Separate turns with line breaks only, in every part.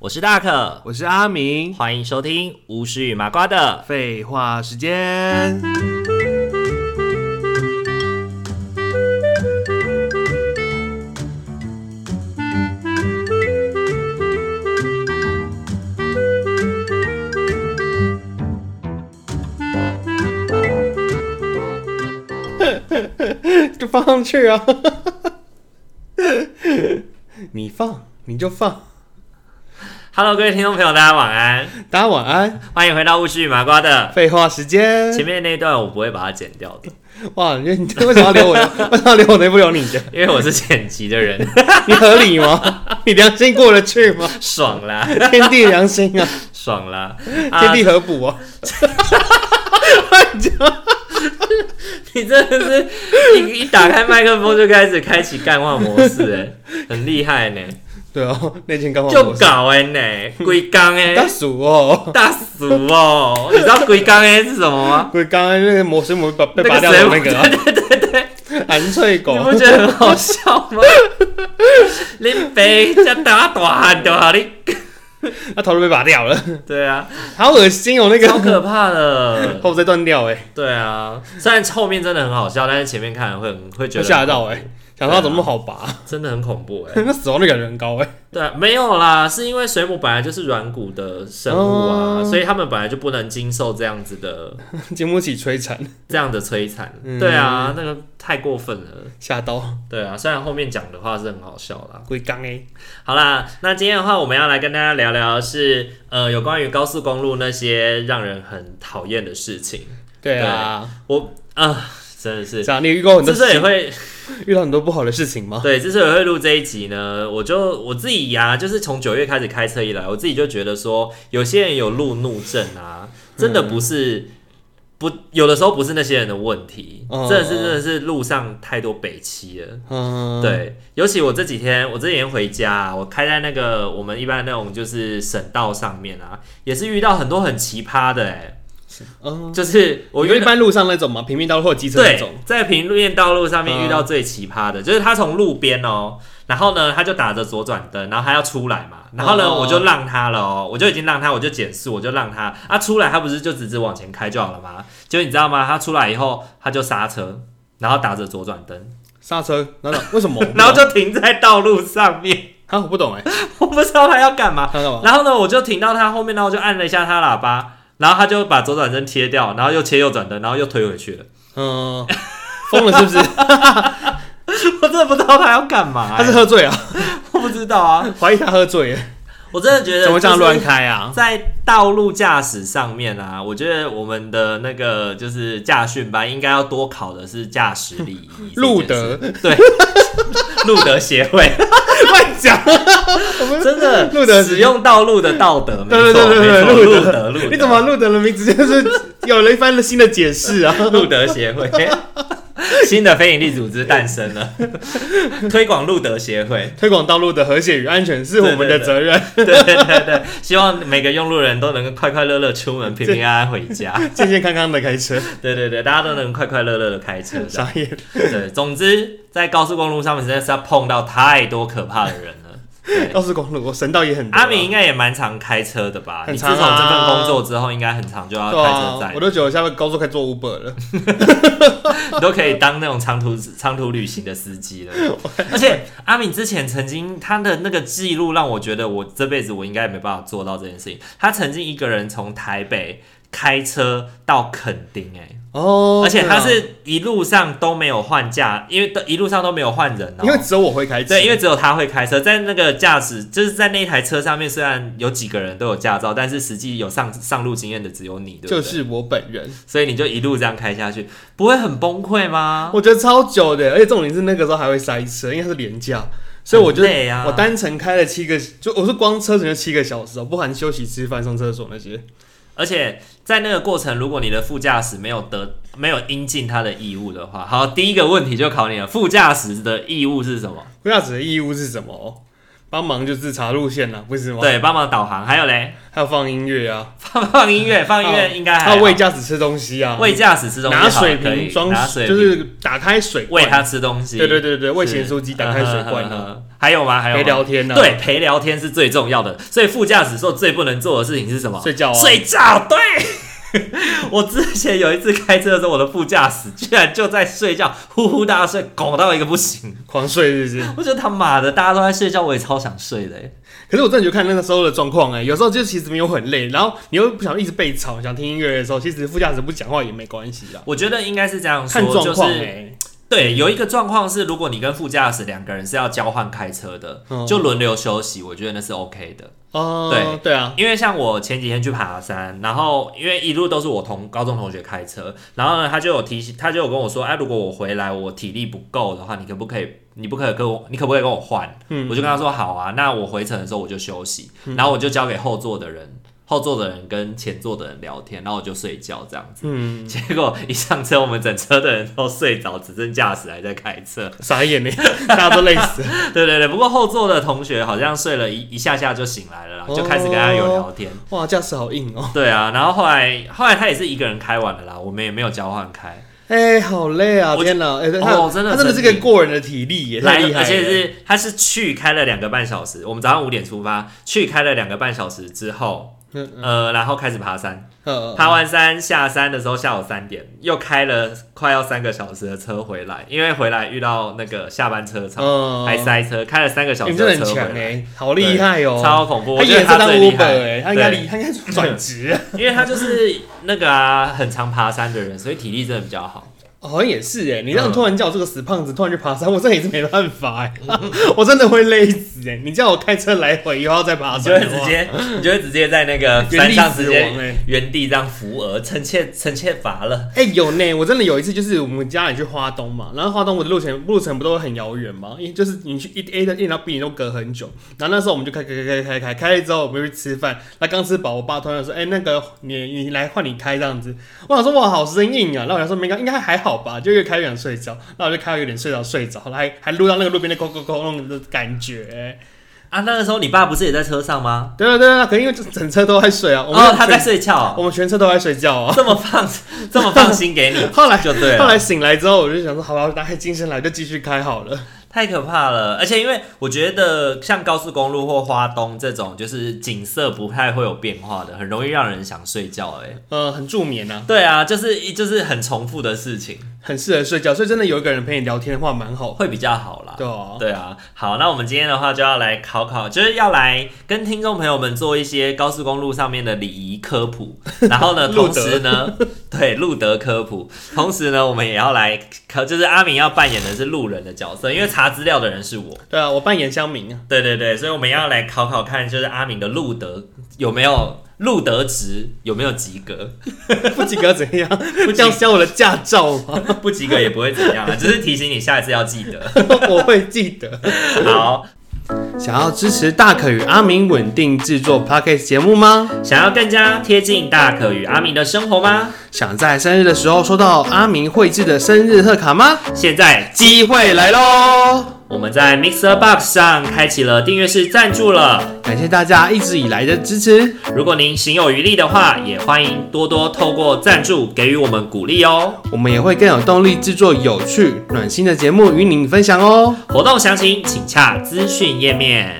我是大可，
我是阿明。
欢迎收听巫师与麻瓜的。
废话时间，
就放上去啊！ 你放你就放，
Hello，各位听众朋友，大家晚安，
大家晚安。
欢迎回到巫师与麻瓜的。
废话时间，
前面那一段我不会把它剪掉的，
哇，你 你为什么要留我的？为什么要留我的不留你的？
因为我是剪辑的人，
你合理吗？你良心过得去吗？
爽啦，
天地良心啊，
爽啦！啊
天地合补啊！
你真的是一一打开麦克风就开始开启干话模式、哎，很厉害呢、
对哦，那天刚好
就搞哎、呢，龟缸哎，
大鼠哦，
大俗哦，你知道龟缸哎是什么吗？
不是刚刚那个魔神魔被被拔掉的那个、啊，对对对，蓝翠狗
你，不觉得很好笑 吗？你北加打大汉的话，你
他头都被拔掉了，
对啊，
好恶心哦，那
超
个
可怕的。
后背断掉哎、
对啊，虽然后面真的很好笑，但是前面看了会很会觉
我
得
吓到哎、想到怎么那么好拔，
真的很恐怖哎、
那死亡率感觉很高哎、
对啊，没有啦，是因为水母本来就是软骨的生物啊，
哦
所以他们本来就不能经受这样子的
经不起摧残，
这样的摧残。
嗯
对啊，那个太过分了。
吓到
对啊，虽然后面讲的话是很好笑啦。
龟缸哎，
好啦，那今天的话，我们要来跟大家聊聊是呃有关于高速公路那些让人很讨厌的事情。
对啊，
我啊、真的是
这样你遇过很多
之所以会
遇到很多不好的事情吗？
对之所以会录这一集呢，我就我自己呀、就是从九月开始开车以来，我自己就觉得说，有些人有路怒症
嗯
啊，真的不是。不，有的时候不是那些人的问题，
哦
真的是真的是路上太多北七了。
嗯，，
对，尤其我这几天，我这几天回家啊、我开在那个我们一般那种就是省道上面啊，也是遇到很多很奇葩的哎、
嗯，
就是我
我觉
遇
得一
到
般路上那种嘛，平面道路或者机车那
对
种，嗯
在平面道路上面遇到最奇葩的，就是他从路边哦，然后呢他就打着左转灯，然后他要出来嘛，然后呢
哦
我就让他了哦，我就已经让他，我就减速，我就让他啊出来，他不是就直直往前开就好了吗？结果你知道吗？他出来以后他就刹车，然后打着左转灯，？
刹车，然后为什么
然后就停在道路上面。
啊，我不懂哎，
我不知道他要干嘛。
他 干嘛？
然后呢，我就停到他后面，然后我就按了一下他喇叭，然后他就把左转灯贴掉，然后又切右转灯，然后又推回去了。
嗯，疯了是
哎
不是？
我真的不知道他要干嘛、
他是
欸
喝 醉啊，
我不知道啊，
怀疑他喝醉哎，
我真的觉得
怎么这样
就是
乱开啊？。
在道路驾驶上面啊，我觉得我们的那个就是驾训班应该要多考的是驾驶礼仪
路
这
德
件事对， 路德协会
乱讲，
真的
路德协
使用道路的道德，没错
对对对对
没
对
错
路
路
德
德路德，
你怎么路德的名字就是有了一番的新的解 释啊？
路德协会，新的非营利组织诞生了， 推广路德协会。
推广道路的和谐与安全是我们的责任，
对对对对，希望每个用路人都能够快快乐乐出门，平平安安回家。
健健康康的开车，
对对对，大家都能快快乐乐的开车。
傻眼。
对，总之在高速公路上面实在是要碰到太多可怕的人了。对
高速公路，我神道也很多啊。
阿明应该也蛮常开车的吧？
很
你自
常啊
从这份工作之后，应该很常就要
对
开车
啊
载，
我都觉得我下面高速可以做 Uber 了，
你都可以当那种长途长途旅行的司机 了。而且阿敏之前曾经他的那个记录让我觉得我这辈子我应该也没办法做到这件事情。他曾经一个人从台北开车到垦丁、欸，
哦
而且他
对啊
是一路上都没有换驾，因为都一路上都没有换人哦、
啊因为只有我会开车，
对，因为只有他会开车，在那个驾驶，就是在那一台车上面，虽然有几个人都有驾照，但是实际有上上路经验的只有你，对不对？
就是我本人，
所以你就一路这样开下去，不会很崩溃吗？
我觉得超久的，而且重点是那个时候还会塞车，因为它是廉价，所以我就
很累啊
我单程开了七个，就我是光车程就七个小时哦，不含休息、吃饭、上厕所那些。
而且在那个过程，如果你的副驾驶没有得没有应尽他的义务的话，好，第一个问题就考你了，副驾驶的义务是什么？
副驾驶的义务是什么？帮忙就是查路线啊啦，不是吗？，
对，帮忙导航，还有嘞，
还有放音乐啊，
放放音乐，放音乐应该还
还
好
有喂驾驶吃东西啊，
喂驾驶吃东西好，
拿水
可以
瓶装
拿水瓶
就是打开水
喂
罐，
他吃东西，
对对对对，喂
是
咸酥鸡打开水
呵
罐
呵
啊，
呵 还有吗？还有吗
陪聊天啊，
对，陪聊天是最重要的，所以副驾驶座最不能做的事情是什么？
睡觉啊
睡觉。对， 我之前有一次开车的时候，我的副驾驶居然就在睡觉，呼呼大睡，拱到一个不行。
狂睡是不是？
我觉得他妈的，大家都在睡觉，我也超想睡的、欸。
可是我真的就看那个时候的状况哎，有时候就其实没有很累，然后你又不想一直被吵，想听音乐的时候，其实副驾驶不讲话也没关系啊啦，
我觉得应该是这样说，
看状况
就是
哎。
对，有一个状况是，如果你跟副驾驶两个人是要交换开车的，
嗯
就轮流休息，我觉得那是 OK 的。
哦，对对啊，
因为像我前几天去爬山，然后因为一路都是我同高中同学开车，然后呢，他就有提醒，他就有跟我说，哎、如果我回来我体力不够的话，你可不可以，你不可以跟我，你可不可以跟我换？
嗯
我就跟他说好啊，那我回程的时候我就休息，然后我就交给后座的人，后座的人跟前座的人聊天，然后我就睡觉这样子。
嗯，
结果一上车，我们整车的人都睡着，只剩驾驶还在开车。
傻眼呢， 大家都累死了。
对对对，不过后座的同学好像睡了一一下下就醒来了啦，就开始跟他有聊天。
哇，驾驶好硬哦，
对啊，然后后来后来他也是一个人开完了啦，我们也没有交换开，
哎、好累啊！
我
天哪，哎、对
哦
他
真的
他真的是
真
个
的
过人的体力耶，太
来
厉害了，
而且是他是去开了两个半小时，我们早上五点出发，去开了两个半小时之后，
嗯
呃，然后开始爬山，
呃，
爬完山下山的时候下午三点，又开了快要三个小时的车回来，因为回来遇到那个下班车场、
嗯
还塞车，开了三个小
你
时
们真
的欸
的
车
很
回
强
来。
哎，好厉害哦！
超恐怖！我
他
觉得
也是
他
当
最厉
Uber
害，
哎，他应该
对
离，他应该是转职，啊
因为他就是那个啊，很常爬山的人，所以体力真的比较好。
哦好像也是哎。你让
嗯
突然叫我这个死胖子突然去爬山，我这也是没办法哎， 我真的会累死哎。你叫我开车来回又要再爬
你就会
山，
直接，你就会直接在那个
原
山
地
上直
死
接
亡哎。
原地这样扶额，臣妾臣妾乏了。
哎、有呢，我真的有一次就是我们家人去花东嘛，然后花东我的路程路程不都会很遥远嘛，因为就是你去一 A 到 A 到 B 你都隔很久，然后那时候我们就开开开开开开开了之后我们就去吃饭，那刚吃饱，我爸突然说，哎、那个你你来换你开这样子，我想说哇好生硬啊，那我想说没关应该还好吧，就越开越想睡觉，那我就开到有点睡着睡着，后来还还录到那个路边的咕咕咕那种的感觉、
啊，那个时候你爸不是也在车上吗？
对啊对啊，可能因为就整车都在睡啊，我们、
哦，他在，睡觉，
我们全车都在睡觉啊。
这么放这么放心给你，
后来
就对
后
了，
来醒来之后，我就想说，好吧，我打起精神来就继续开好了。
太可怕了。而且因为我觉得像高速公路或花东这种，就是景色不太会有变化的，很容易让人想睡觉、欸。哎，
呃，很助眠啊，
对啊，就是一就是很重复的事情
很适合睡觉，所以真的有一个人陪你聊天的话，蛮好。
会比较好啦。
对啊，
对啊，好，那我们今天的话就要来考考，就是要来跟听众朋友们做一些高速公路上面的礼仪科 普，然后呢，
路
同
德
时呢，对路德科普，同时呢，我们也要来科，就是阿明要扮演的是路人的角色，因为查资料的人是我，
对啊，我扮演乡民啊，
对对对，所以我们要来考考看，就是阿明的路德有没有路德值有没有及 格，
不及格怎样？
不
不
及
要消我的驾照吗？
不及格也不会怎样啊，只是提醒你下一次要记得。
我会记得。
好，
想要支持大可与阿明稳定制作 podcast 节目吗？
想要更加贴近大可与阿明的生活吗？
想在生日的时候收到阿明绘制的生日贺卡吗？
现在
机会来喽！
我们在 Mixer Box 上开启了订阅式赞助了。
感谢大家一直以来的支持。
如果您行有余力的话，也欢迎多多透过赞助给予我们鼓励哦。
我们也会更有动力制作有趣、暖心的节目与您分享哦。
活动详情请洽资讯页面。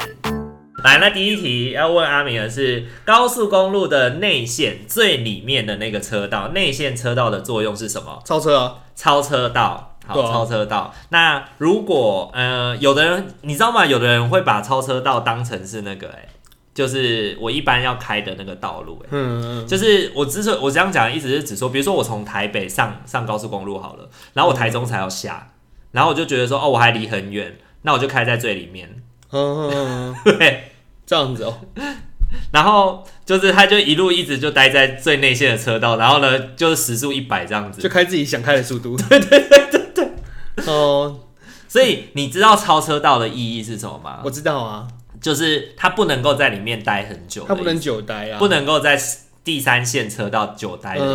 来，那第一题要问阿明的是，高速公路的内线最里面的那个车道，内线车道的作用是什么？
超车啊，
超车道。好，
对啊
超车道。那如果呃，有的人你知道吗？有的人会把超车道当成是那个、欸，就是我一般要开的那个道路、欸，
嗯，嗯
就是我之所以我这样讲，意思是指说，比如说我从台北上上高速公路好了，然后我台中才要下，然后我就觉得说，哦，我还离很远，那我就开在最里面，
嗯嗯，嗯
对。
这样子哦，
然后就是他就一路一直就待在最内线的车道，然后呢就是时速一百这样
就
子。
开自己想开的速度。 对对对对对。哦，
所以你知道超车道的意义是什么吗？
我知道啊，
就是它不能够在里面待很久的意思，
他不能久待啊，
不能够在第三线车道久待的意思。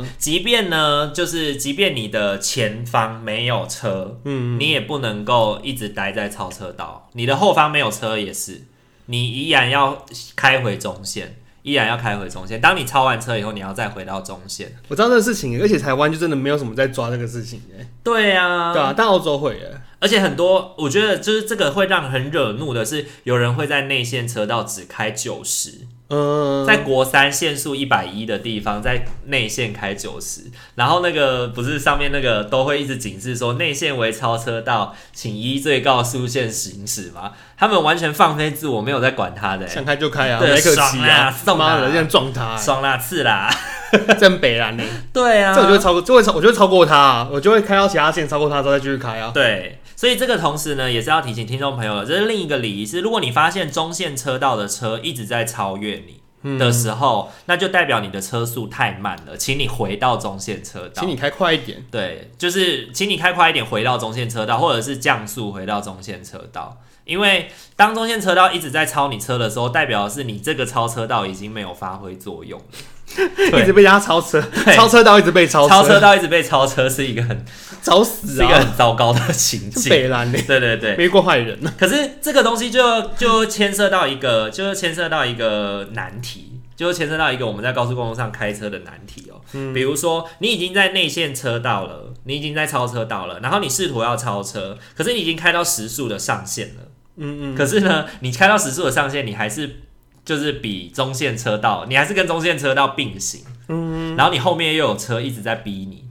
嗯
即便呢，就是即便你的前方没有车，
嗯，
你也不能够一直待在超车道，你的后方没有车也是，你依然要开回中线，依然要开回中线。当你超完车以后，你要再回到中线。
我知道这个事情，而且台湾就真的没有什么在抓这个事情哎，
对啊，
对啊，但澳洲会耶，
而且很多，我觉得就是这个会让人很惹怒的是，有人会在内线车道只开九十，
嗯，
在国三限速一百一的地方，在内线开九十，然后那个不是上面那个都会一直警示说内线为超车道，请依最高速限行驶吗？他们完全放飞自我，没有在管他的、欸
想开就开啊，
对
没客气
爽啊送啊
妈的，这样撞他欸，
爽啦刺啦，
真北 蓝呢，
对啊，
这我就会超过，这会超，我就会超过他啊，我就会开到其他线超过他之后再继续开啊，
对，所以这个同时呢，也是要提醒听众朋友的，这是另一个礼仪是，如果你发现中线车道的车一直在超越你的时候，那就代表你的车速太慢了，请你回到中线车道
请。你开快一点，
对，就是请你开快一点回到中线车道，或者是降速回到中线车道。因为当中线车道一直在超你车的时候，代表的是你这个超车道已经没有发挥作用了。 对
一直被人家超车，
对
超车道一直被超
超 车道一直被超车是一个很
找
是
死
一个
啊，
很糟糕的情
真
境。
北蓝呢，
对对对，
没遇过坏人 啊，
可是这个东西就就牵涉到一个，就是牵涉到一个难题，就是牵涉到一个我们在高速公路上开车的难题哦。
嗯
比如说你已经在内线车道了，你已经在超车道了，然后你试图要超车，可是你已经开到时速的上限了。
嗯嗯，
可是呢，你开到时速的上限，你还是就是比中线车道，你还是跟中线车道并行。嗯，然后你后面又有车一直在逼你，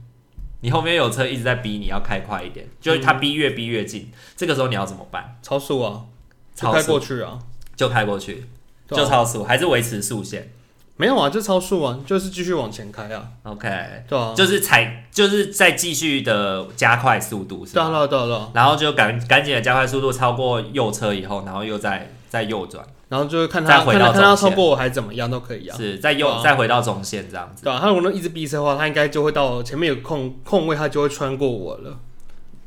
你后面又有车一直在逼你要开快一点，就是
嗯
它逼越逼越近，这个时候你要怎么办？
超速啊，就
超
开
速
过去啊，
就开过去，
对啊
就超速，还是维持速限。
没有啊，就超速啊，就是继续往前开啊，
OK，
对啊，
就是踩，就是再继续的加快速度，是
对啊
吧？
对啊对啊对啊。
然后就赶赶紧的加快速度，超过右车以后，然后又再再右转，
然后就是看
再
他
回
看
到
他看他
中线
超过我还怎么样都可以啊，
是再右、
对啊
再回到中线这样子。
对吧、啊他如果一直逼车的话，他应该就会到前面有空空位，他就会穿过我了，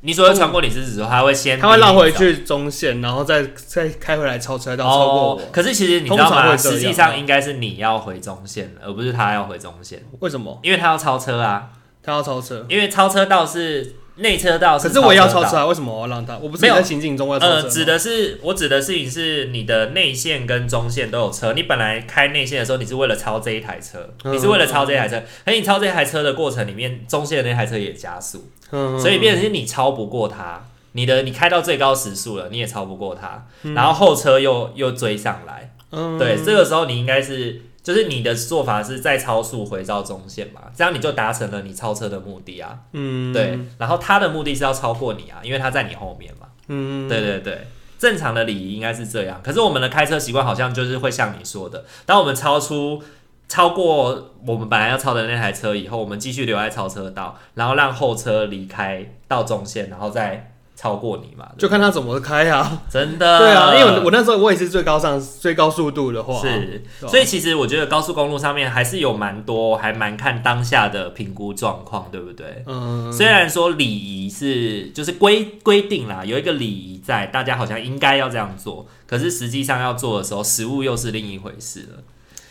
你所谓穿过你是指说他会先
他会绕回
逼你走。
去中线，然后再再开回来超车道超过
哦
我。，
可是其实你知道
通常
吗？
会这样啊
实际上应该是你要回中线，而不是他要回中线，
为什么
因为他要超车啊。
他要超车？
因为超车道是内车道
可
是
是我也要超
道
车啊，为什么我要让他？我不是
没有
在行进中我要超车
呃，
吗
指的是我指的事情是你的内线跟中线都有车。你本来开内线的时候，你是为了超这一台车，
嗯
你是为了超这一台车。可是你超这台车的过程里面，中线的那台车也加速，
嗯，
所以变成是你超不过它。你的你开到最高时速了，你也超不过它，然后后车又又追上来。
嗯
对，这个时候你应该是就是你的做法是再超速回到中线嘛，这样你就达成了你超车的目的啊。
嗯
对，然后他的目的是要超过你啊，因为他在你后面嘛。
嗯
对对对，正常的礼仪应该是这样。可是我们的开车习惯好像就是会像你说的，当我们超出超过我们本来要超的那台车以后，我们继续留在超车道，然后让后车离开到中线，然后再超过你嘛。
就看他怎么开啊。
真的
对啊，因为我我那时候我也是最高上最高速度的话，
是，
对啊
所以其实我觉得高速公路上面还是有蛮多，还蛮看当下的评估状况，对不对？
嗯，
虽然说礼仪是就是规规定啦，有一个礼仪在，大家好像应该要这样做，可是实际上要做的时候，实物又是另一回事 了，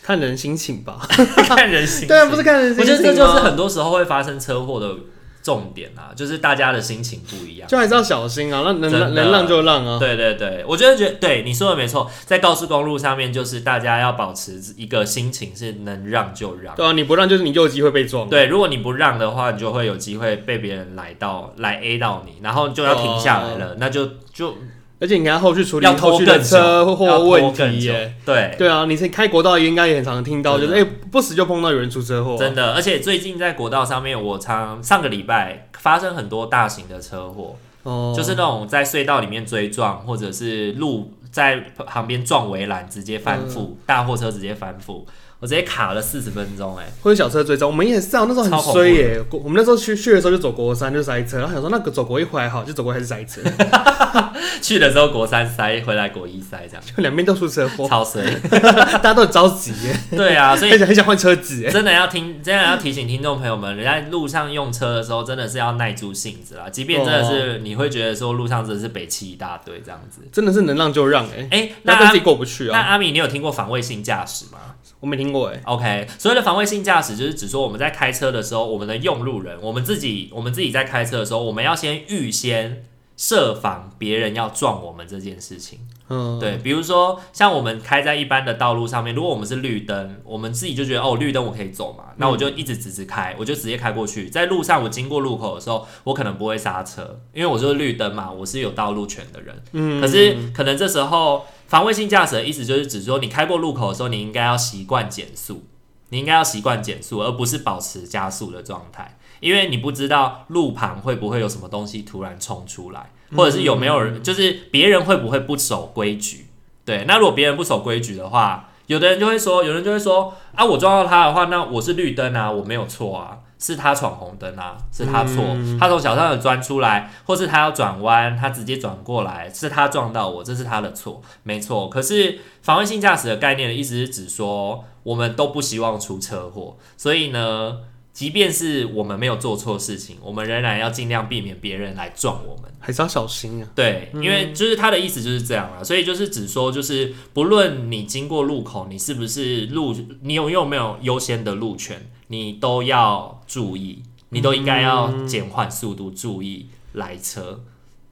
看人心情吧。
看人心情。
对啊，不是看人
我
心
觉
情
得
吗，
这就是很多时候会发生车祸的重点啊，就是大家的心情不一样。
就还是要小心啊，那能
真的
能能让就让啊。
对对对，我觉得觉得对你说的没错，在高速公路上面，就是大家要保持一个心情是能让就让。
对啊，你不让就是你就有机会被撞。啊
对，如果你不让的话，你就会有机会被别人来到来 A 到你，然后就要停下来
哦
了，那就就
而且你看后续处理
要拖
后续
更
的
久，
车
要
祸
拖
问
更
题
久
耶。
对，
对啊，你是开国道应该也很常听到，就
真
是
的
哎、不时就碰到有人出车祸、
真的。而且最近在国道上面，我常上个礼拜发生很多大型的车祸，
哦，
就是那种在隧道里面追撞，或者是路在旁边撞围栏直接翻覆，
嗯
大货车直接翻覆，我直接卡了四十分钟、哎，
或者小车追撞。我们也是啊，那时候
超
很
恐怖
衰耶、国我们那时候去去的时候就走国三就塞车，然后想说那个走国一回来好，就走国一还是塞车。
去的时候国三塞，回来国一塞，这样
就两边都出车祸，
超衰。
大家都很着急耶，
对啊，所以
很想很想换车子耶。
真的要听，真的要提醒听众朋友们，人在路上用车的时候，真的是要耐住性子啦。即便真的是你会觉得说路上真的是北汽一大堆这样子。
真的是能让就让哎，
哎、那
那哦跟
阿
自己过不去
那
啊！
阿米，你有听过防卫性驾驶吗
我没听过哎，
？OK，所谓的防卫性驾驶，就是指说我们在开车的时候，我们的用路人，我们自己，我们自己在开车的时候，我们要先预先设防别人要撞我们这件事情。
嗯，
对，比如说像我们开在一般的道路上面，如果我们是绿灯，我们自己就觉得哦，绿灯我可以走
嗯
嘛，那我就一直直直开，我就直接开过去。在路上我经过路口的时候，我可能不会刹车，因为我就是绿灯嘛，我是有道路权的人。
嗯
可是可能这时候防卫性驾驶的意思就是指说，你开过路口的时候，你应该要习惯减速，你应该要习惯减速，而不是保持加速的状态，因为你不知道路旁会不会有什么东西突然冲出来，或者是有没有人，就是别人会不会不守规矩。对，那如果别人不守规矩的话，有的人就会说，有人就会说啊，我撞到他的话，那我是绿灯啊，我没有错啊，是他闯红灯啊，是他错，他从小巷子钻出来，或是他要转弯，他直接转过来，是他撞到我，这是他的错，没错。可是防卫性驾驶的概念的意思是指说，我们都不希望出车祸，所以呢。即便是我们没有做错事情，我们仍然要尽量避免别人来撞我们。
还是要小心啊。
对，因为就是他的意思就是这样啊啦，所以就是只说就是不论你经过路口，你是不是路，你有有没有优先的路权，你都要注意，你都应该要减缓速度，注意来车。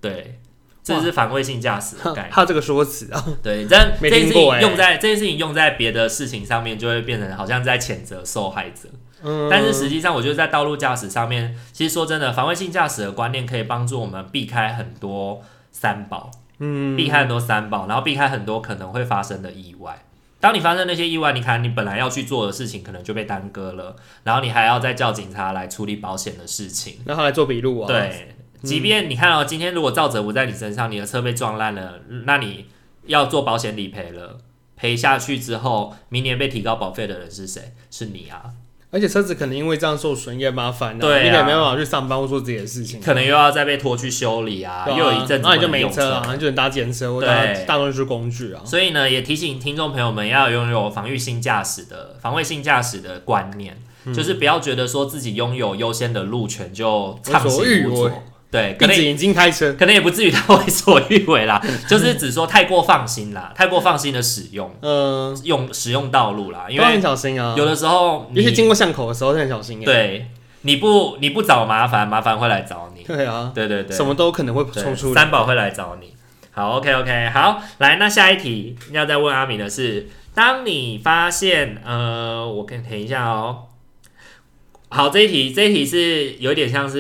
对，这是防卫性驾驶的 概念。
还有这个说辞啊，
对，但这
没
件事
听
情
过欸
用在这件事情用在别的事情上面，就会变成好像在谴责受害者。
嗯
但是实际上，我觉得在道路驾驶上面，其实说真的，防卫性驾驶的观念可以帮助我们避开很多三宝，嗯，避开很多三宝，然后避开很多可能会发生的意外。当你发生那些意外，你看你本来要去做的事情可能就被耽搁了，然后你还要再叫警察来处理保险的事情。
让他来做笔录啊。，
对，即便你看哦，今天如果造责不在你身上，你的车被撞烂了，那你要做保险理赔了，赔下去之后，明年被提高保费的人是谁？是你啊，
而且车子可能因为这样受损也麻烦啊，
对啊
你可能没办法去上班或做自己的事情。
可能又要再被拖去修理啊，
嗯对啊
又有一阵子
然后你就
不能
没
用
车啊，然后就能搭电车或搭
对
大众运输工具啊。
所以呢，也提醒听众朋友们要拥有防御性驾驶的防卫性驾驶的观念，
嗯
就是不要觉得说自己拥有优先的路权就畅
为所
行
欲
无阻
为。
对，可
闭
能
着眼睛开车，
可能也不至于到为所欲为啦，
嗯
就是只说太过放心啦，太过放心的使用
嗯，
用使用道路啦，因
都要很
为
小心啊。
有的时候
尤
你
其经过巷口的时候，很小心欸。
对你不你不找麻烦，麻烦会来找你。
对啊，
对对对，
什么都可能会
对
冲出来。
三宝会来找你。好，OK OK，好，来，那下一题要再问阿米的是，当你发现呃，我跟等一下哦。好，这一题这一题是有点像
什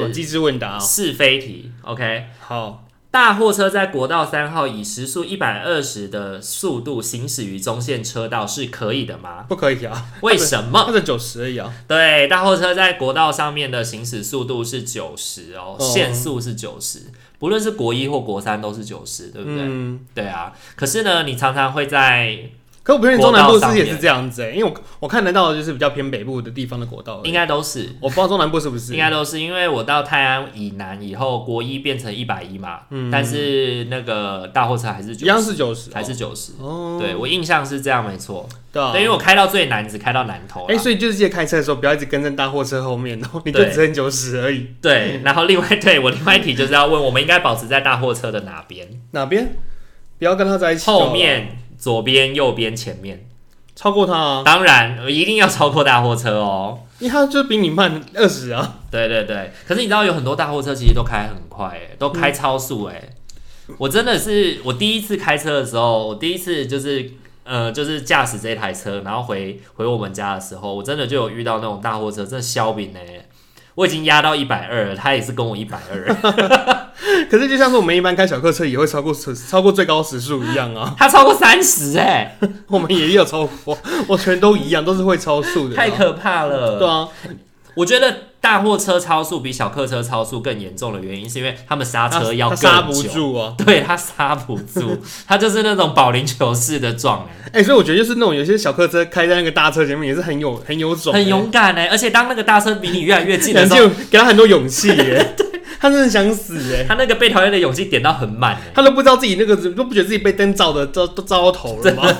么
是
机智问答哦？
是非题，OK。
好，
大货车在国道三号以时速一百二十的速度行驶于中线车道是可以的吗？
不可以啊，
为什么？
他才九十而已啊。
对，大货车在国道上面的行驶速度是九十哦，
哦
限速是九十，不论是国一或国三都是九十，对不对？
嗯，
对啊。可是呢，你常常会在，
可我不认为中南部
国
是
道
不
上
是
面
也是这样子欸？因为我我看得到的就是比较偏北部的地方的国道而已，
应该都是，
我不知道中南部是哦不是
应。该都是，因为我到泰安以南以后，国一变成一百一嘛，但是那个大货车还是
嗯一
九
样
十，
是九十，
还是九十。
哦，
对我印象是这样，没错。
对啊
对，，因为我开到最南，只开到南头啦。
哎、所以就是记得开车的时候不要一直跟在大货车后面哦，你就
对
只剩九十而已。
对，然后另外 对我另外一题就是要问，我们应该保持在大货车的哪边？
哪边？不要跟他在一起就好了，
后面、左边、右边、前面？
超过他啊，
当然呃一定要超过大货车哦。
因为他就比你慢二十啊。
对对对，可是你知道有很多大货车其实都开很快、欸，都开超速哎、我真的是我第一次开车的时候，我第一次就是。呃，就是驾驶这台车，然后回回我们家的时候，我真的就有遇到那种大货车，真的削饼呢、欸。我已经压到一百二了，他也是跟我一百二，
可是就像是我们一般开小客车也会超过车超过最高时速一样啊，
他超过三十哎，
我们也有超过， 我全都一样，都是会超速的、
太可怕了。
啊对啊，
我觉得大货车超速比小客车超速更严重的原因，是因为他们刹车要
他
更
刹不
久。
住啊。
对他刹不 住，他就是那种保龄球式的撞、欸
哎、所以我觉得就是那种有些小客车开在那个大车前面也是很有很有种、欸
欸很勇敢哎、而且当那个大车离你越来越近
感
的时
觉
候，
有给他很多勇气耶。他真的想死哎、
他那个被讨厌的勇气点到很满欸
他都不知道自己那个都不觉得自己被灯照的照都照到头了吗？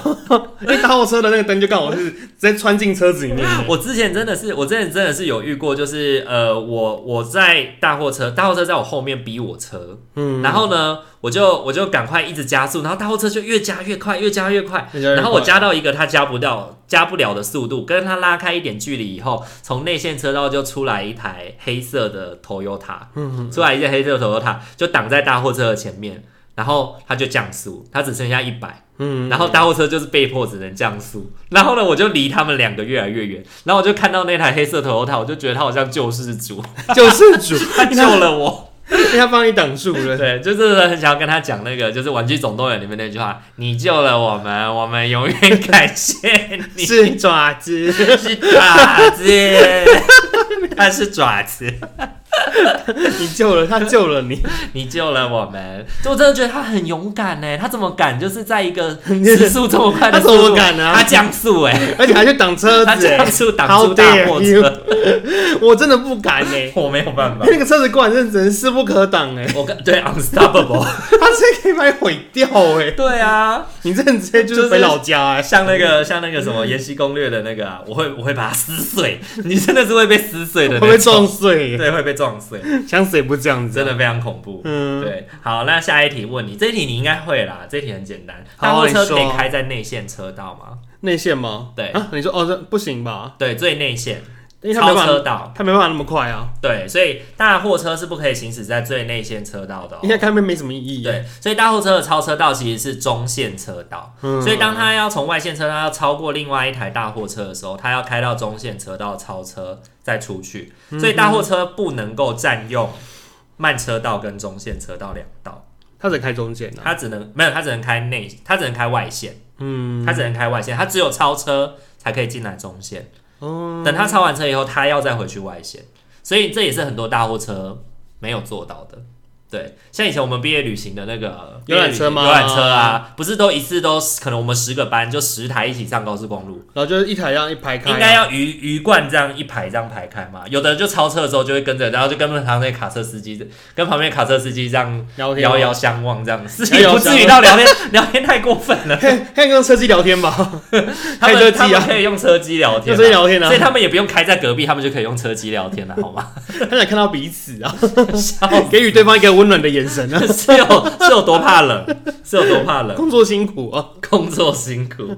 因为打火车的那个灯就刚好是直接穿进车子里 面的。
我之前真的是，我之前真的是有遇过，就是呃，我我在大货车，大货车在我后面逼我车，嗯，然后呢，我就我就赶快一直加速，然后大货车就越加越快，越加越快，
越加越快
然后我加到一个他加不到、加不了的速度，跟他拉开一点距离以后，从内线车道就出来一台黑色的 Toyota，嗯，出来一台黑色的 Toyota 就挡在大货车的前面，然后他就降速，他只剩下一百。
嗯，
然后大货车就是被迫只能降速，然后呢，我就离他们两个越来越远，然后我就看到那台黑色 Toyota，我就觉得他好像救世 主，
救世主，
他救了我。
因为他帮你挡住 了。
对，就真的很想要跟他讲那个，就是《玩具总动员》里面那句话：“你救了我们，我们永远感谢你。”
是爪子，
是爪子，他是爪子，
你救了他，救了你，
你救了我们。 就我真的觉得他很勇敢呢，他怎么敢？就是在一个时速这么快的
他
速
怎
度，
么敢啊
他降速哎、
而且还去挡 车
他
子、
降
欸，
速挡住大
How
货
dare you
车。
我真的不敢 哎、
我没有办法，
那个车子过来真的只能势不可挡 哎、
我跟对 unstoppable，
他直接可以把你毁掉哎、
对啊，
你这直接就是回老家 哎、
像那个像那个什么《延禧攻略》的那个啊，我会我会把它撕碎，你真的是会被撕碎的
会
那
不
种，
会撞碎、欸？
对，会被撞碎，
想死也不是这样子、啊
真，的非常恐怖。
嗯，
对，好，那下一题问你，这一题你应该会啦，这一题很简单。大
好
货车
你说
可以开在内线车道吗？
内线吗？
对
啊，你说哦，这不行吧？
对，最内线
因为他
超
没办
车
法，
道，
他没办法那么快啊，
对，所以大货车是不可以行驶在最内线车道的、哦。
应该开门没什么意义。，
对，所以大货车的超车道其实是中线车道，
嗯
所以当他要从外线车道要超过另外一台大货车的时候，他要开到中线车道超车再出去，所以大货车不能够占用慢车道跟中线车道两道，
他只开中间啊。
它只能没有，它只能开内，它只能开外线，
嗯，
它只能开外线，它只有超车才可以进来中线。
哦
等他超完车以后，他要再回去外线，所以这也是很多大货车没有做到的。对，像以前我们毕业旅行的那个呃
游览车吗
游览车啊，不是都一次都可能我们十个班就十台一起上高速公路，
然后就是一台这样一排开啊，
应该要鱼鱼贯这样一排这样排开嘛。有的就超车的时候就会跟着，然后就跟旁边卡车司机，跟旁边卡车司机这样
聊天吗啊
遥遥相望这样，是
遥
也
遥
不至于
相
到聊天 聊天太过分了。
可以跟车机聊天吧？
他
开车
们
机
他们
啊，
可以用车机聊天
用
啊，
车机聊天啊
所以，他们也不用开在隔壁，他们就可以用车机聊天了，好吗？
他想看到彼此啊，
笑
给予对方一个温暖的眼神啊。
是有是有多怕冷，是有多怕冷，
工作辛苦啊，
工作辛苦。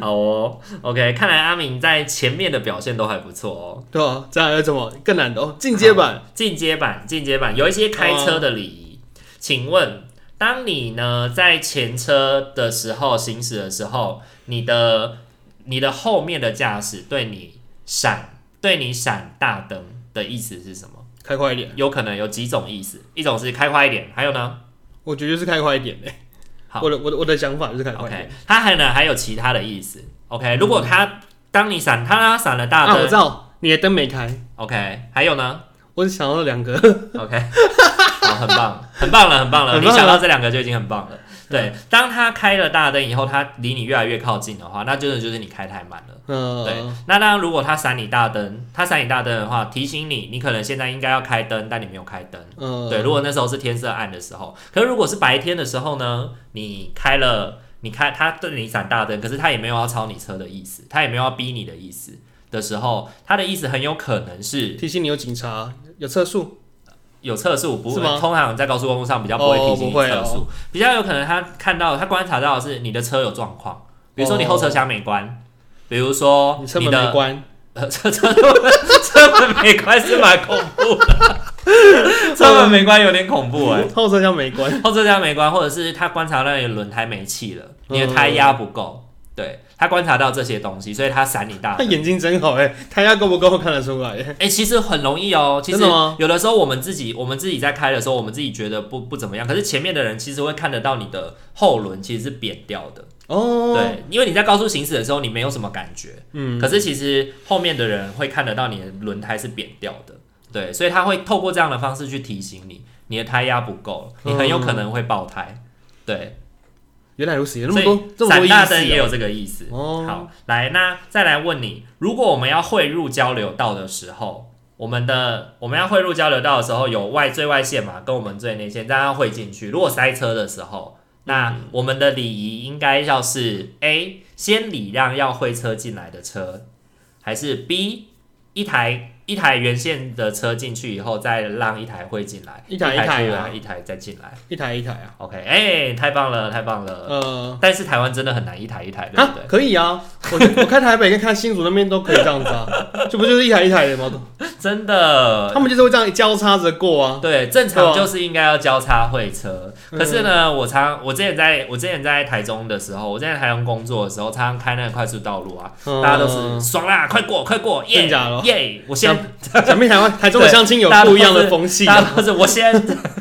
好哦，OK，看来阿敏在前面的表现都还不错哦。
对吧？这样有什么更难的哦？进阶版
进阶版，进阶版有一些开车的礼
哦
仪，请问，当你呢在前车的时候行驶的时候，你的你的后面的驾驶对你闪对你闪大灯的意思是什么？
开快一点，
有可能有几种意思，一种是开快一点，还有呢？
我觉得就是开快一点嘞。
好
我的我的我的想法就是开快一
OK，
点。嗯
它还能还有其他的意思。OK，如果它当你闪，它它闪了大
啊，我
灯、
知道你的灯没开，
OK，还有呢
我只想到两个，
？OK，好，很棒，很棒了，很棒了。
很
你
棒了
想到这两个就已经很棒了。对，当它开了大灯以后，它离你越来越靠近的话，那真的就是你开太慢了。对
呃，，
那当然，如果它闪你大灯，它闪你大灯的话，提醒你，你可能现在应该要开灯，但你没有开灯。
呃，
对，如果那时候是天色暗的时候，可是如果是白天的时候呢，你开了，你开他对你闪大灯，可是他也没有要超你车的意思，他也没有要逼你的意思的时候，他的意思很有可能是
提醒你有警察，有车速，
有测速，不
是
会
吗
通常在高速公路上比较不会提醒
哦
你
不会
测
哦
速，比较有可能他看到他观察到的是你的车有状况，比如说你后车厢没关，比如说
哦你车
你
门
的
没关，
呃，车车门 车门没关是蛮恐怖 的，车门没关有点恐怖哎、
后车厢没关，
后车厢没 关，或者是他观察到你的轮胎没气了，你的胎压不够，对他观察到这些东西，所以他闪你大
他
灯。
眼睛真好哎、欸，胎压够不够看得出来、欸。
哎、其实很容易哦。其实
真的吗
有的时候我们自己，我们自己在开的时候，我们自己觉得不不怎么样，可是前面的人其实会看得到你的后轮其实是扁掉的，
哦，，
对，因为你在高速行驶的时候你没有什么感觉，
嗯，
可是其实后面的人会看得到你的轮胎是扁掉的，对，所以他会透过这样的方式去提醒你，你的胎压不够，你很有可能会爆胎，对。
原来如哦此，有
所
那么
以
多这么多
散
意
大灯也
思、
有
啊。
这个意思。
哦
好，来，那再来问你，如果我们要汇入交流道的时候，我们的我们要汇入交流道的时候，有外最外线嘛，跟我们最内线，大家汇进去。如果塞车的时候，那
嗯
我们的礼仪应该要是 A 先礼让要会车进来的车，还是 B 一台一台原线的车进去以后再让一台会进来，
一台
一
一
出
台啊
来，一台再进来。
一台一台啊，
OK，哎、太棒了，太棒了。
呃，
但是台湾真的很难一台一台，对
啊
不对，？
可以啊，我觉 得我看台北跟看新竹那边都可以这样子啊，这不就是一台一台的吗？
真的
他，们就是会这样交叉着过啊。
对，正
对
常
啊
就是应该要交叉会车。
嗯
可是呢，我常我之前在我之前在台中的时候，我之前在台中工作的时候，常常开那个快速道路啊，
嗯
大家都是爽啦，快过快过，耶
真假的
耶！我先，
想必 台湾台中的相亲有
对
不一样的风气啊，
大家都是我先，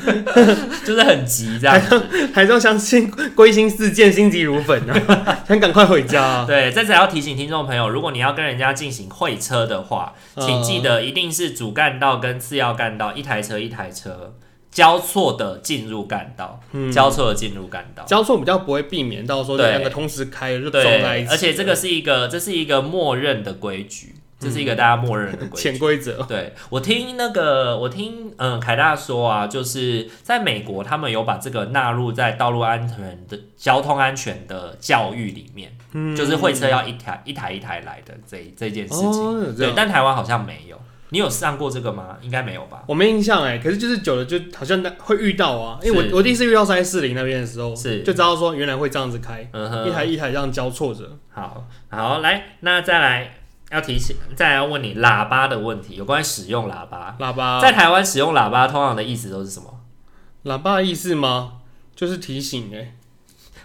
就是很急这样子。
台中相亲归心似箭，心急如焚 啊，想赶快回家啊。
对，在此要提醒听众朋友，如果你要跟人家进行会车的话，
嗯
请记得一定是主干道跟次要干道一台车一台车交错的进入干道，
嗯
交错的进入干道。
交错比较不会避免到说
对
两个同时开就走在一
对，
起，
而且这个是一个，这是一个默认的规矩，这
嗯
是一个大家默认的 规矩。
潜规则
对我听那个，我听嗯凯大说啊，就是在美国他们有把这个纳入在道路安全的交通安全的教育里面，
嗯
就是会车要一台一台一台来的这这件事情。
哦，有这
对，
样。
但台湾好像没有，你有上过这个吗？应该没有吧？
我没印象哎，可是就是久了就好像会遇到啊，因为
是
我我第一次遇到是在四零那边的时候，
是
就知道说原来会这样子开，
嗯哼，
一台一台这样交错着。
好好来，那再来要提醒，再来问你喇叭的问题，有关使用喇叭。
喇叭，
呃在台湾使用喇叭通常的意思都是什么？
喇叭的意思吗？就是提醒哎、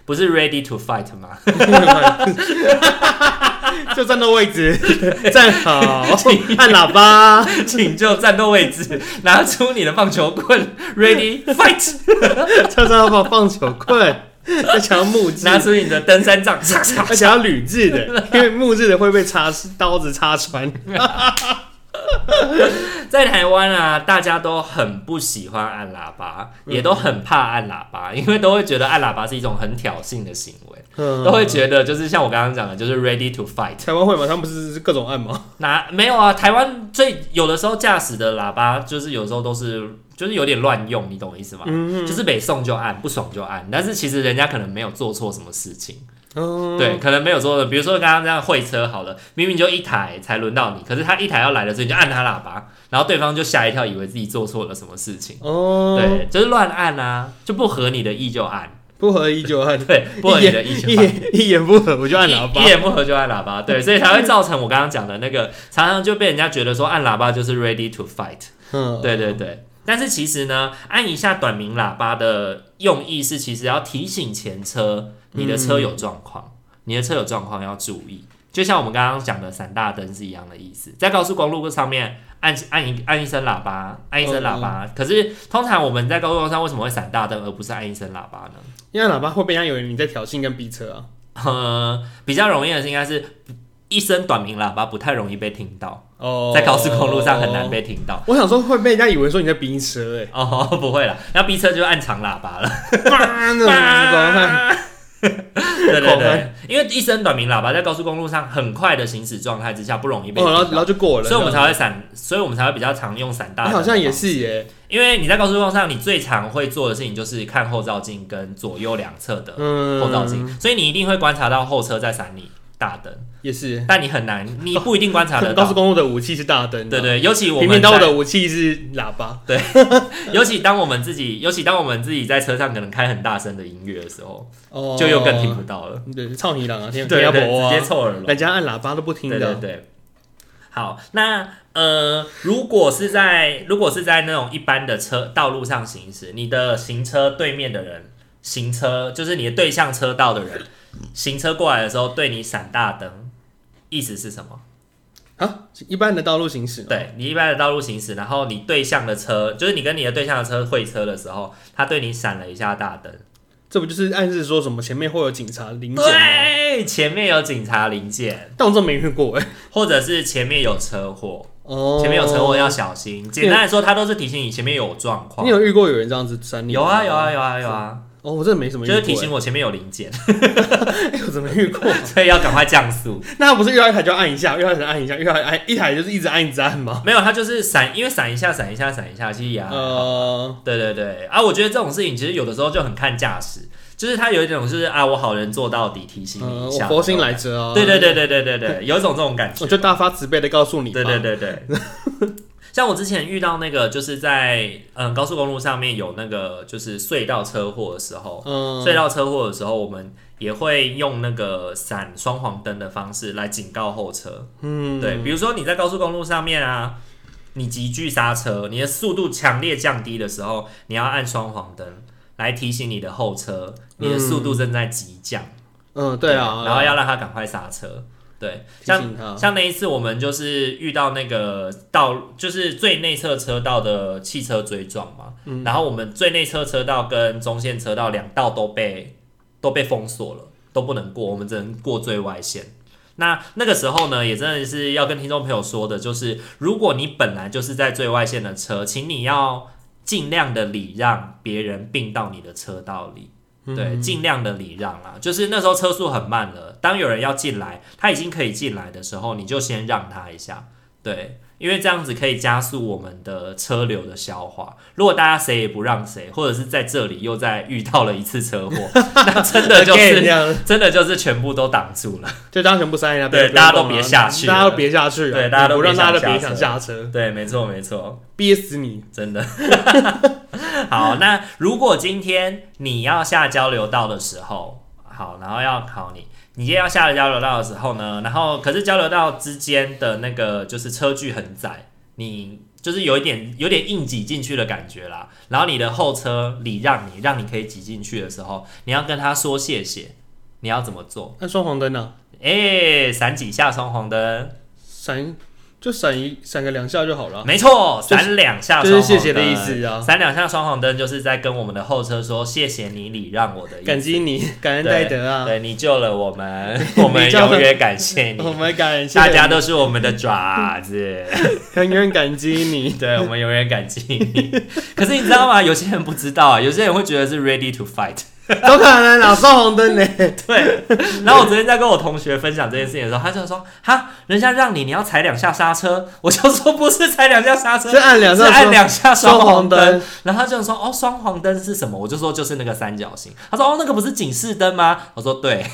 不是 ready to fight 吗？
就站到 位置，站好，按喇叭。
请就战斗位置，拿出你的棒球棍，ready fight，
就是要放放球棍，而且要木质，
拿出你的登山杖，嚓嚓
而且要铝制的，因为木质的会被插刀子插 穿。
在台湾啊，大家都很不喜欢按喇叭，也都很怕按喇叭，因为都会觉得按喇叭是一种很挑衅的行为，
嗯
都会觉得就是像我刚刚讲的，就是 ready to fight。
台湾会吗？他们不是各种按吗？
哪没有啊？台湾最有的时候驾驶的喇叭，就是有时候都是就是有点乱用，你懂我意思吗？就是北送就按，不爽就按，但是其实人家可能没有做错什么事情，
嗯，
对，可能没有做的，比如说刚刚这样会车好了，明明就一台才轮到你，可是他一台要来的时候你就按他喇叭，然后对方就吓一跳，以为自己做错了什么事情，
哦，，
对，就是乱按啊，就不合你的意就按，
不合一就按，
对， 不合
一
你的意
言
就
一
按。
言一言不合我就按喇 叭嗯
一一。言不合就按喇叭，对，所以才会造成我刚刚讲的那个，常常就被人家觉得说按喇叭就是 ready to fight，
嗯，
对对对。但是其实呢，按一下短鸣喇叭的用意是，其实要提醒前车你的车有
嗯
状况，你的车有状况要注意。就像我们刚刚讲的闪大灯是一样的意思，在高速公路上面按按一按一声喇叭，按一声喇
嗯
叭。可是通常我们在高速公路上为什么会闪大灯，而不是按一声喇叭呢？
因为按喇叭会被人家以为你在挑衅跟逼车啊。
呃，比较容易的是应该是一声短鸣喇叭不太容易被听到，
哦，
在高速公路上很难。被听到。
我想说会被人家以为说你在逼 车 哎、
哦，不会啦，那逼车就按长喇叭了。
妈嗯的，怎么办？
对对
恐
对
吓，
因为一声短鸣喇叭在高速公路上很快的行驶状态之下不容易被
哦，
听
然后然
到，
后就过了，
所以我们
这样
才会闪，所以我们才会比较常用闪大
哎
灯。
好像也，是耶、
因为你在高速公路上，你最常会做的事情就是看后照镜跟左右两侧的
嗯，
后照镜，所以你一定会观察到后车在闪你大灯，
也是。
但你很难，你不一定观察得
高
到
速。公路的武器是大灯、啊，
对对，尤其我
平
们
面道
在
的武器是喇叭，
尤其当我们自己，尤其当我们自己在车上可能开很大声的音乐的时候，
哦
就又更听不到了。
对，操你郎啊，天
对
要
对，
伯
直
啊，
接凑耳聋。
人家按喇叭都不听
对
的，
对对。好，那呃，如果是在如果是在那种一般的车道路上行驶，你的行车对面的人行车，就是你的对向车道的人行车过来的时候，对你闪大灯，意思是什么？
啊，一般的道路行驶哦，
对你一般的道路行驶，然后你对向的车，就是你跟你的对向的车会车的时候，他对你闪了一下大灯。
这不就是暗示说什么前面会有警察临检吗？
对，前面有警察临检，
但我真没遇过哎，
或者是前面有车祸，
哦
前面有车祸要小心。简单来说，他都是提醒你前面有状况
你。有遇过有人这样子闪你？
有啊有啊，有啊有啊，
哦，我真的没什么遇
就
过、
是
欸，
提醒我前面有零件， 欸
哎我怎么遇过？
所以要赶快降速。
那他不是遇到一台就按一下，遇到一台按一下，遇到一台按一台就是一直按一直按吗？
没有，它就是闪，因为闪一下，闪一下，闪一下，其实也还好
呃，
对对对，啊，我觉得这种事情其实有的时候就很看驾驶，就是他有一种就是啊，我好人做到底，提醒你
呃
一
我
下，
佛心来。着啊！
对对，对对对对对，有一种这种感觉
我。就大发慈悲的告诉你吧，
对对对对。 像我之前遇到那个，就是在嗯高速公路上面有那个就是隧道车祸的时候，
嗯，
隧道车祸的时候，我们也会用那个闪双黄灯的方式来警告后车。
嗯，
对，比如说你在高速公路上面啊，你急剧刹车，你的速度强烈降低的时候，你要按双黄灯来提醒你的后车，你的速度正在急降。
嗯，对啊，
然后要让他赶快刹车。对，
提
像
醒他，
像那一次，我们就是遇到那个道，就是最内侧车道的汽车追撞嘛。然后我们最内侧车道跟中线车道两道都被都被封锁了，都不能过，我们只能过最外线。那那个时候呢，也真的是要跟听众朋友说的，就是如果你本来就是在最外线的车，请你要尽量的礼让别人并到你的车道里。
嗯
对，尽量的礼让啦。就是那时候车速很慢了，当有人要进来，他已经可以进来的时候，你就先让他一下。对，因为这样子可以加速我们的车流的消化。如果大家谁也不让谁，或者是在这里又再遇到了一次车祸， 那真的 就
Again，这
是
样，
真的就是全部都挡住了。
就大家全部塞那，
对
不要
大家都
动了啊
别下去了
大家都别下去了，
对大家都
我
别
让大家
想
都别
下车
想下车，
对，没错，没错。
憋死你，
真的。 好，那如果今天你要下交流道的时候，好，然后要考你，你今天要下交流道的时候呢，然后可是交流道之间的那个就是车距很窄，你就是有一点有点硬挤进去的感觉啦。然后你的后车礼让你，让你可以挤进去的时候，你要跟他说谢谢，你要怎么做？
按双黄灯啊呢，
哎、闪几下双黄灯，
闪就闪一闪个两下就好了，
没错，
就是
闪两下
啊就
双
是
黄灯
谢谢的意思啊
闪两下双黄灯就是在跟我们的后车说谢谢你礼让我的意
感
思，
激你，感恩戴德啊，
对你救了我 们，我们
你救了
永远感谢
我
你。
们感谢
大家都是我们的爪子，
很远感激你，
对我们永远感激你。可是你知道吗？有些人不知道啊，有些人会觉得是 ready to fight。
都可能啊，双红灯 呢，
对，然后我昨天在跟我同学分享这件事情的时候，他就说：“哈，人家让你，你要踩两下刹车。”我就说：“不是踩两下刹车，
是按两
是
下
按两下双黄
双
灯
黄灯，
然后他就说哦，双黄灯是什么？我就说就是那个三角形。他说哦，那个不是警示灯吗？我说对，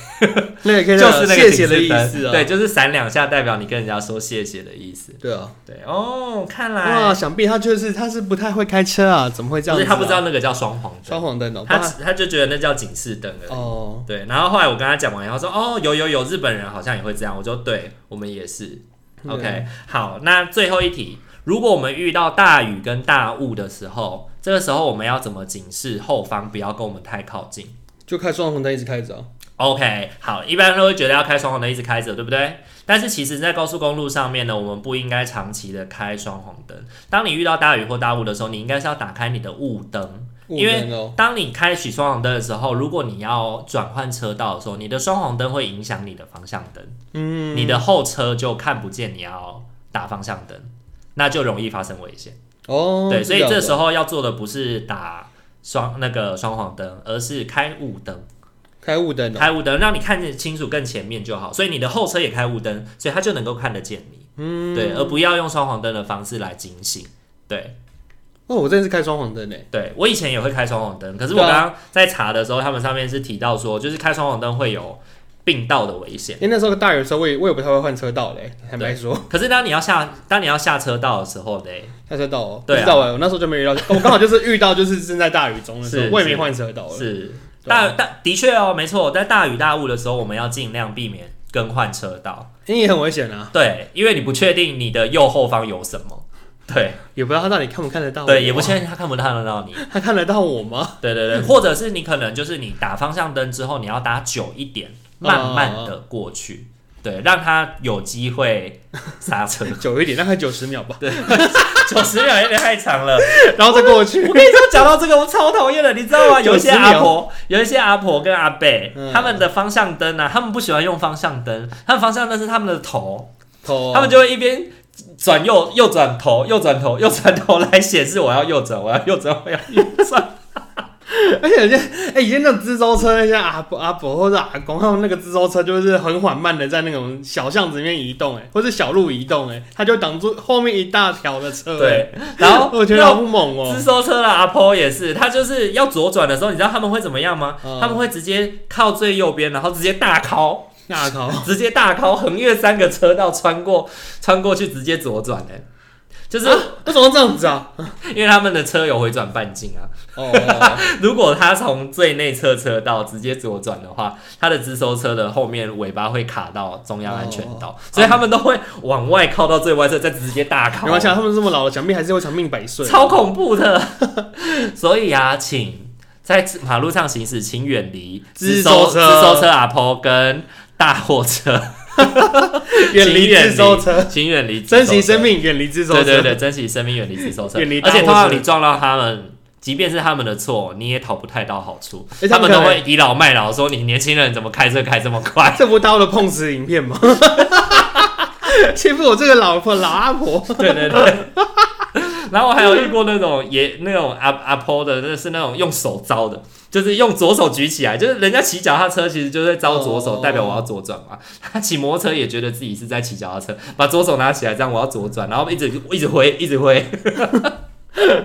那也可
就
以
是那个警
谢
示
谢的
灯
意思啊，
对，就是闪两下，代表你跟人家说谢谢的意思。
对啊，
对哦，看
哇，
来
想必他就是他是不太会开车啊，怎么会这
就
样
是
子啊？
他不知道那个叫双黄
双
灯，
黄灯哦，
他
不然
只他就觉得那叫警示灯而已。
哦，
对，然后后来我跟他讲完以后说，哦，有有有，日本人好像也会这样，我就对我们也是。
对
OK，好，那最后一题，如果我们遇到大雨跟大雾的时候，这个时候我们要怎么警示后方不要跟我们太靠近
就开双红灯一直开着啊，
？OK，好，一般都会觉得要开双黄灯一直开着，对不对？但是其实，在高速公路上面呢，我们不应该长期的开双黄灯。当你遇到大雨或大雾的时候，你应该是要打开你的雾灯，因为
雾灯哦
当你开启双黄灯的时候，如果你要转换车道的时候，你的双黄灯会影响你的方向灯，
嗯，
你的后车就看不见你要打方向灯，那就容易发生危险。
哦，
对，所以这时
候
候要做的不是打双那个双黄灯，而是开雾灯，
开雾灯哦，
开雾灯让你看得清楚更前面就好。所以你的后车也开雾灯，所以它就能够看得见你。嗯，对，而不要用双黄灯的方式来警醒。对，
哦，我真的是开双黄灯呢，
对我以前也会开双黄灯，可是我
对啊
刚刚在查的时候，他们上面是提到说，就是开双黄灯会有并道的危险。
因为那时候大雨的时候，我也我也不太会换车道嘞，坦白说，
可是当你要下当你要下车道的时候嘞，
换车道哦，不
对啊
知道哎，我那时候就没遇到， 我刚好就是遇到就是正在大雨中的时
是
候，我也没换车道了，
是
对啊
大大的确哦，没错，在大雨大雾的时候，我们要尽量避免更换车道。
因为也很危险啊，
对，因为你不确定你的右后方有什么。对
也不知道他到底看不看得到我，
对，也不确定他看不看得到 你。
他看得到我吗？
对对对，或者是你可能就是你打方向灯之后，你要打久一点，慢慢
嗯
的过去，对，让他有机会刹车。
久一点，大概 九十秒吧，
九十秒有点太长 了。
然后再过去
我。跟你说，讲到这个我超讨厌的，你知道吗？有一些
90秒
阿婆，有一些阿婆跟阿伯，
嗯
他们的方向灯啊，他们不喜欢用方向灯，他们方向灯是他们的头，
头啊，
他们就会一边。转右右转 头，右转头，右转头来显示我要右转，我要右转，我要右转。
而且人家哎、以前那种自收车，那些阿伯阿伯或者阿公，他们那个自收车就是很缓慢的在那种小巷子里面移动、哎，或者小路移动、哎，他就挡住后面一大条的车、哎，
对，然后
我觉得
那
好猛哦、
自收车的阿婆也是，他就是要左转的时候，你知道他们会怎么样吗？
嗯
他们会直接靠最右边，然后直接大靠，
那靠，
直接大靠，横越三个车道，穿过穿过去，直接左转哎、就是
为什么这样子啊？
因为他们的车有回转半径啊。
哦，
如果他从最内侧车道直接左转的话，他的直收车的后面尾巴会卡到中央安全岛，
哦
所以他们都会往外靠到最外侧，再直接大靠。
没关系啊，他们这么老了，想必还是会长命百岁。哦
超恐怖的。所以啊，请在马路上行驶，请远离
自
收
收
自
车
收车阿婆跟大货车，
远离
请远
自收车，
请远离自收
珍
车
惜生。命，远离自收车。
对对对，珍惜生命，远离自收车。
远离大
而且
货
通常
车
你撞到他们。即便是他们的错，你也讨不太到好处。
哎
他
他
们
们
都
可能
会倚老卖老，说你年轻人怎么开车开这么 快？
这不到了碰瓷影片吗？ 欺负我这个老婆老阿婆，
对对对。 然后我还有遇过那种也那种阿阿婆的，那是那种用手招的，就是用左手举起来，就是人家骑脚踏车其实就是在招左手，
哦
代表我要左转嘛。 他骑摩托车也觉得自己是在骑脚踏车，把左手拿起来，这样我要左转，然后一直一直挥，一直挥，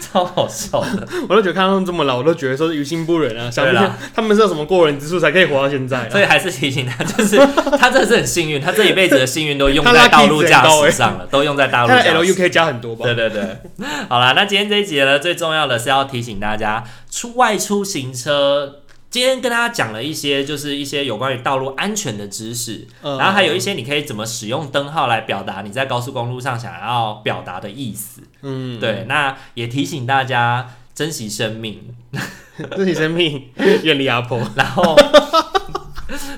超好笑的。
我都觉得看到他们这么老，我都觉得说是于心不忍啊。想
对
不
啦
想他们是有什么过人之处才可以活到现在
所
啊？
以还是提醒他，就是他真的是很幸运，他这一辈子的幸运都用
他
在
拉
道路
kids
驾
很高
驶
欸
上了，都用在道
他
路
的
驾驶。
LUK 加很多吧？
对对对，好啦，那今天这一节呢，最重要的是要提醒大家，出外出行车。今天跟大家讲了一些，就是一些有关于道路安全的知识，
嗯
然后还有一些你可以怎么使用灯号来表达你在高速公路上想要表达的意思。
嗯，
对，那也提醒大家珍惜生命，
自己生命，远离阿婆，
然后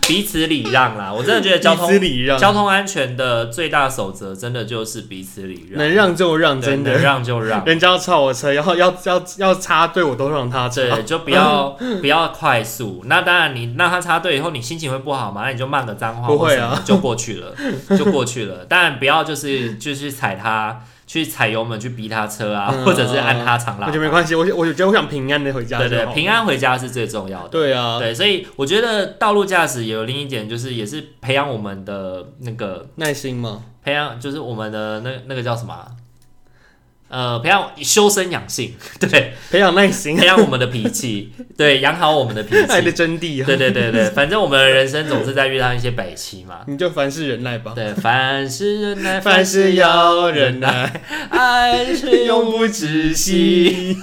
彼此礼让啦。我真的觉得 交通
以资礼让，
交通安全的最大守则，真的就是彼此礼让，
能让就让，
对
真
能
的。
让就让。
人家要超我车，然后要要要插队，我都让他插。
对，就不要不要快速。那当然，你让他插队以后，你心情会不好嘛？那你就骂个脏话，
不会啊，
就过去了， 就过去了。当然不要就是就去踩他，去踩油门去逼他车啊，
嗯
或者是按他长喇
我觉得
叭。
没关系，我我觉得我想平安的回家。
对对，平
安。
安回家是最重要的。
对啊，
对，所以我觉得道路驾驶有另一点，就是也是培养我们的那个
耐心嘛，
培养，就是我们的那那个叫什么啊、呃，培养修身养性， 对，
培养耐心，
培养我们的脾气， 对，养好我们的脾气，
爱的真谛啊。
对对对对，反正我们的人生总是在遇到一些北期 嘛。
你就凡事忍耐吧，
对，凡事忍耐，
凡事要忍
耐，
耐，
爱是永不止 息。。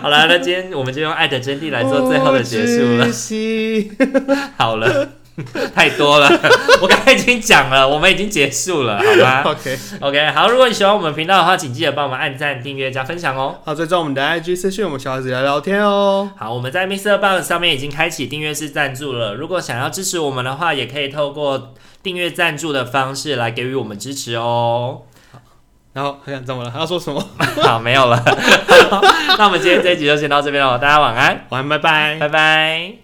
好了，那今天我们就用爱的真谛来做最后的结束 了。
了。
好了， 太多了，我刚才已经讲了，我们已经结束了，好吗
OK，
？OK，好，如果你喜欢我们频道的话，请记得帮我们按赞、订阅、加分享哦。
好，最终我们的 IG 私讯我们小孩子聊聊天哦。
好，我们在 Mr. Box 上面已经开启订阅式赞助了。如果想要支持我们的话，也可以透过订阅赞助的方式来给予我们支持哦。
然后哎呀，怎么了？还要说什么？
好，没有了。那我们今天这一集就先到这边了，大家晚安，
晚安，拜拜。
拜拜。